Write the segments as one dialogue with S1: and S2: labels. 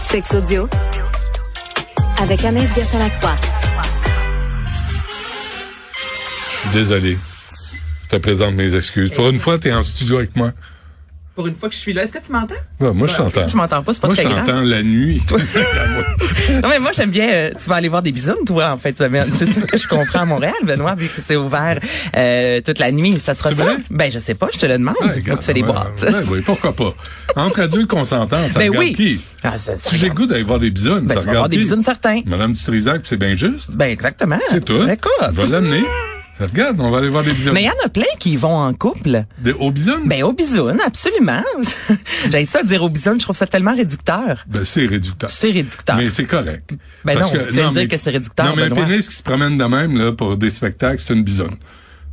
S1: Sexe audio avec Anaïs Gertin-Lacroix.
S2: Je suis désolé. Je te présente mes excuses. Pour une fois, tu es en studio avec moi.
S3: Pour une fois que je suis là, est-ce que tu m'entends?
S2: Ouais, moi, je t'entends.
S3: Ben, Je m'entends pas, c'est pas
S2: Moi, je
S3: très grave.
S2: t'entends la nuit.
S3: Non, mais moi, j'aime bien, euh, tu vas aller voir des bisounes, toi, en fin de semaine. C'est ça que je comprends à Montréal, Benoît, vu que c'est ouvert euh, toute la nuit. Ça sera
S2: C'est
S3: ça?
S2: vrai?
S3: Ben, je sais pas, je te le demande.
S2: Ouais,
S3: Ou
S2: regarde,
S3: tu fais des
S2: ouais,
S3: boîtes.
S2: ouais, ouais, pourquoi pas? Entre adultes consentants, ça
S3: ben
S2: regarde
S3: oui.
S2: qui?
S3: Ah, ça, ça
S2: Si j'ai le
S3: regarde-
S2: goût d'aller voir des bisounes,
S3: ben,
S2: ça
S3: tu vas voir
S2: regarde
S3: des
S2: qui?
S3: bisounes certains.
S2: Madame Dutrisac, c'est bien juste.
S3: Ben, exactement.
S2: C'est tout. Je vais
S3: Ben, Écoute.
S2: l'amener. Regarde, on va aller voir des bisounes.
S3: Mais il y en a plein qui y vont en couple.
S2: Des- Aux bisounes? Ben,
S3: Ben, au bisoun, absolument. J'aime ça dire au bisoun, je trouve ça tellement réducteur.
S2: Ben, c'est réducteur.
S3: C'est réducteur.
S2: Mais c'est correct.
S3: Ben non, tu viens de dire que c'est réducteur,
S2: Non, mais
S3: Benoît.
S2: un pénis qui se promène de même là, pour des spectacles, c'est une bisoune.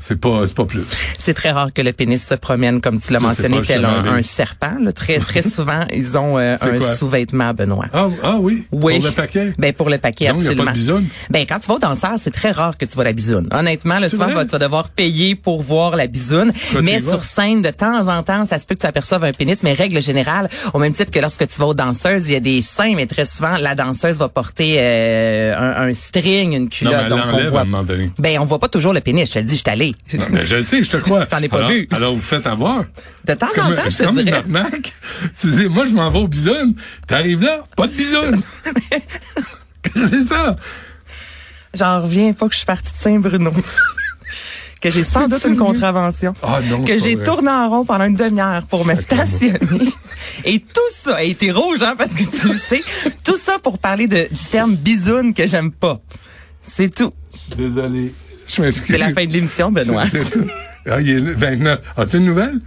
S2: C'est pas, c'est pas plus.
S3: C'est très rare que le pénis se promène, comme tu l'as
S2: Ça, c'est
S3: mentionné,
S2: pas
S3: tel un,
S2: justement,
S3: un
S2: les-
S3: serpent. là. Très, très souvent, ils ont euh,
S2: C'est
S3: un
S2: quoi?
S3: sous-vêtement, Benoît.
S2: Ah, ah oui?
S3: Oui.
S2: Pour le paquet?
S3: Ben pour le paquet,
S2: Donc, y a
S3: absolument.
S2: pas de bisoune?
S3: Ben quand tu vas au danseur, c'est très rare que tu vois la bisoune. Honnêtement, là,
S2: C'est
S3: souvent,
S2: vrai?
S3: tu vas- tu vas devoir payer pour voir la bisoune.
S2: tu y
S3: mais
S2: vas?
S3: sur scène, de temps en temps, ça se peut que tu aperçoives un pénis, mais règle générale, au même titre que lorsque tu vas aux danseuses, il y a des seins, mais très souvent, la danseuse va porter euh, un, un string, une
S2: non, mais
S3: culotte.
S2: elle
S3: donc on
S2: l'enlève à
S3: voit.
S2: un moment donné.
S3: Ben on voit pas toujours le pénis. Je te le dis, je t'allais.
S2: Non, mais je le sais, je te crois.
S3: T'en es pas
S2: alors,
S3: vu.
S2: Alors, vous faites avoir.
S3: De temps
S2: C'est
S3: en
S2: comme-
S3: temps, je
S2: c'est
S3: te
S2: comme une
S3: dirais.
S2: arnaque. Tu dis, moi, je m'en vais au bisoune. T'arrives là, pas de bisoune. c'est ça.
S3: J'en reviens pas que je suis partie de Saint-Bruno. que j'ai sans doute une contravention.
S2: Ah non,
S3: que
S2: c'est pas
S3: j'ai
S2: vrai.
S3: tourné en rond pendant une demi-heure pour me
S2: Sacrément.
S3: stationner. Et tout ça a été rouge, hein, parce que tu le sais. Tout ça pour parler de, du terme bisoune que j'aime pas. C'est tout.
S2: Désolé. Je m'excuse.
S3: C'est la fin de l'émission, Benoît.
S2: C'est- c'est tout. Ah, il est le 29. As-tu une nouvelle?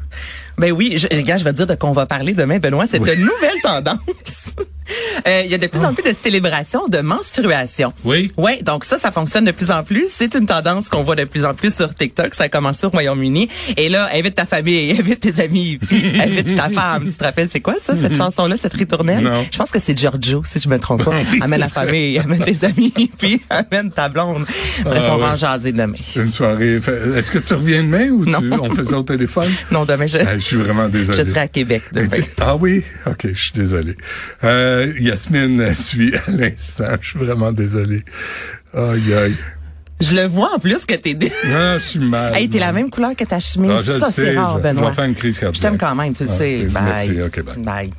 S3: Ben oui, je, les gars, je vais te dire de quoi on va parler demain, Benoît. C'est
S2: Oui.
S3: une nouvelle tendance. Euh, Il y a de plus en plus de célébrations de menstruation.
S2: Oui.
S3: Ouais, donc ça, ça fonctionne de plus en plus. C'est une tendance qu'on voit de plus en plus sur TikTok. Ça a commencé au Royaume-Uni. Et là, invite ta famille, invite tes amis, puis invite ta femme. Tu te rappelles, c'est quoi ça, cette chanson-là, cette ritournelle?
S2: Mm-hmm. Non.
S3: Je pense que c'est Giorgio, si je me trompe pas.
S2: Oui,
S3: amène la
S2: c'est vrai.
S3: famille, amène tes amis, puis amène ta blonde. Bref,
S2: Ah,
S3: on va
S2: oui.
S3: en jaser demain.
S2: Une soirée. Fait- Est-ce que tu reviens demain ou tu,
S3: Non.
S2: on fait ça au téléphone?
S3: Non, demain, je,
S2: Ah, je suis vraiment désolé.
S3: je serai à Québec demain.
S2: Et tu- Ah oui? OK, je suis désolé. Euh, Yasmine suit à l'instant. Je suis vraiment désolé. Aïe, aïe.
S3: Je le vois en plus que t'es...
S2: Ah, je suis mal.
S3: Hey, t'es la même couleur que ta chemise.
S2: Ah, je le
S3: ça,
S2: sais,
S3: c'est rare,
S2: je- je
S3: Benoît.
S2: vais faire une crise cardiaque.
S3: Je t'aime quand même, tu le
S2: Ah,
S3: sais.
S2: ok,
S3: Bye.
S2: merci, ok, bye.
S3: Bye.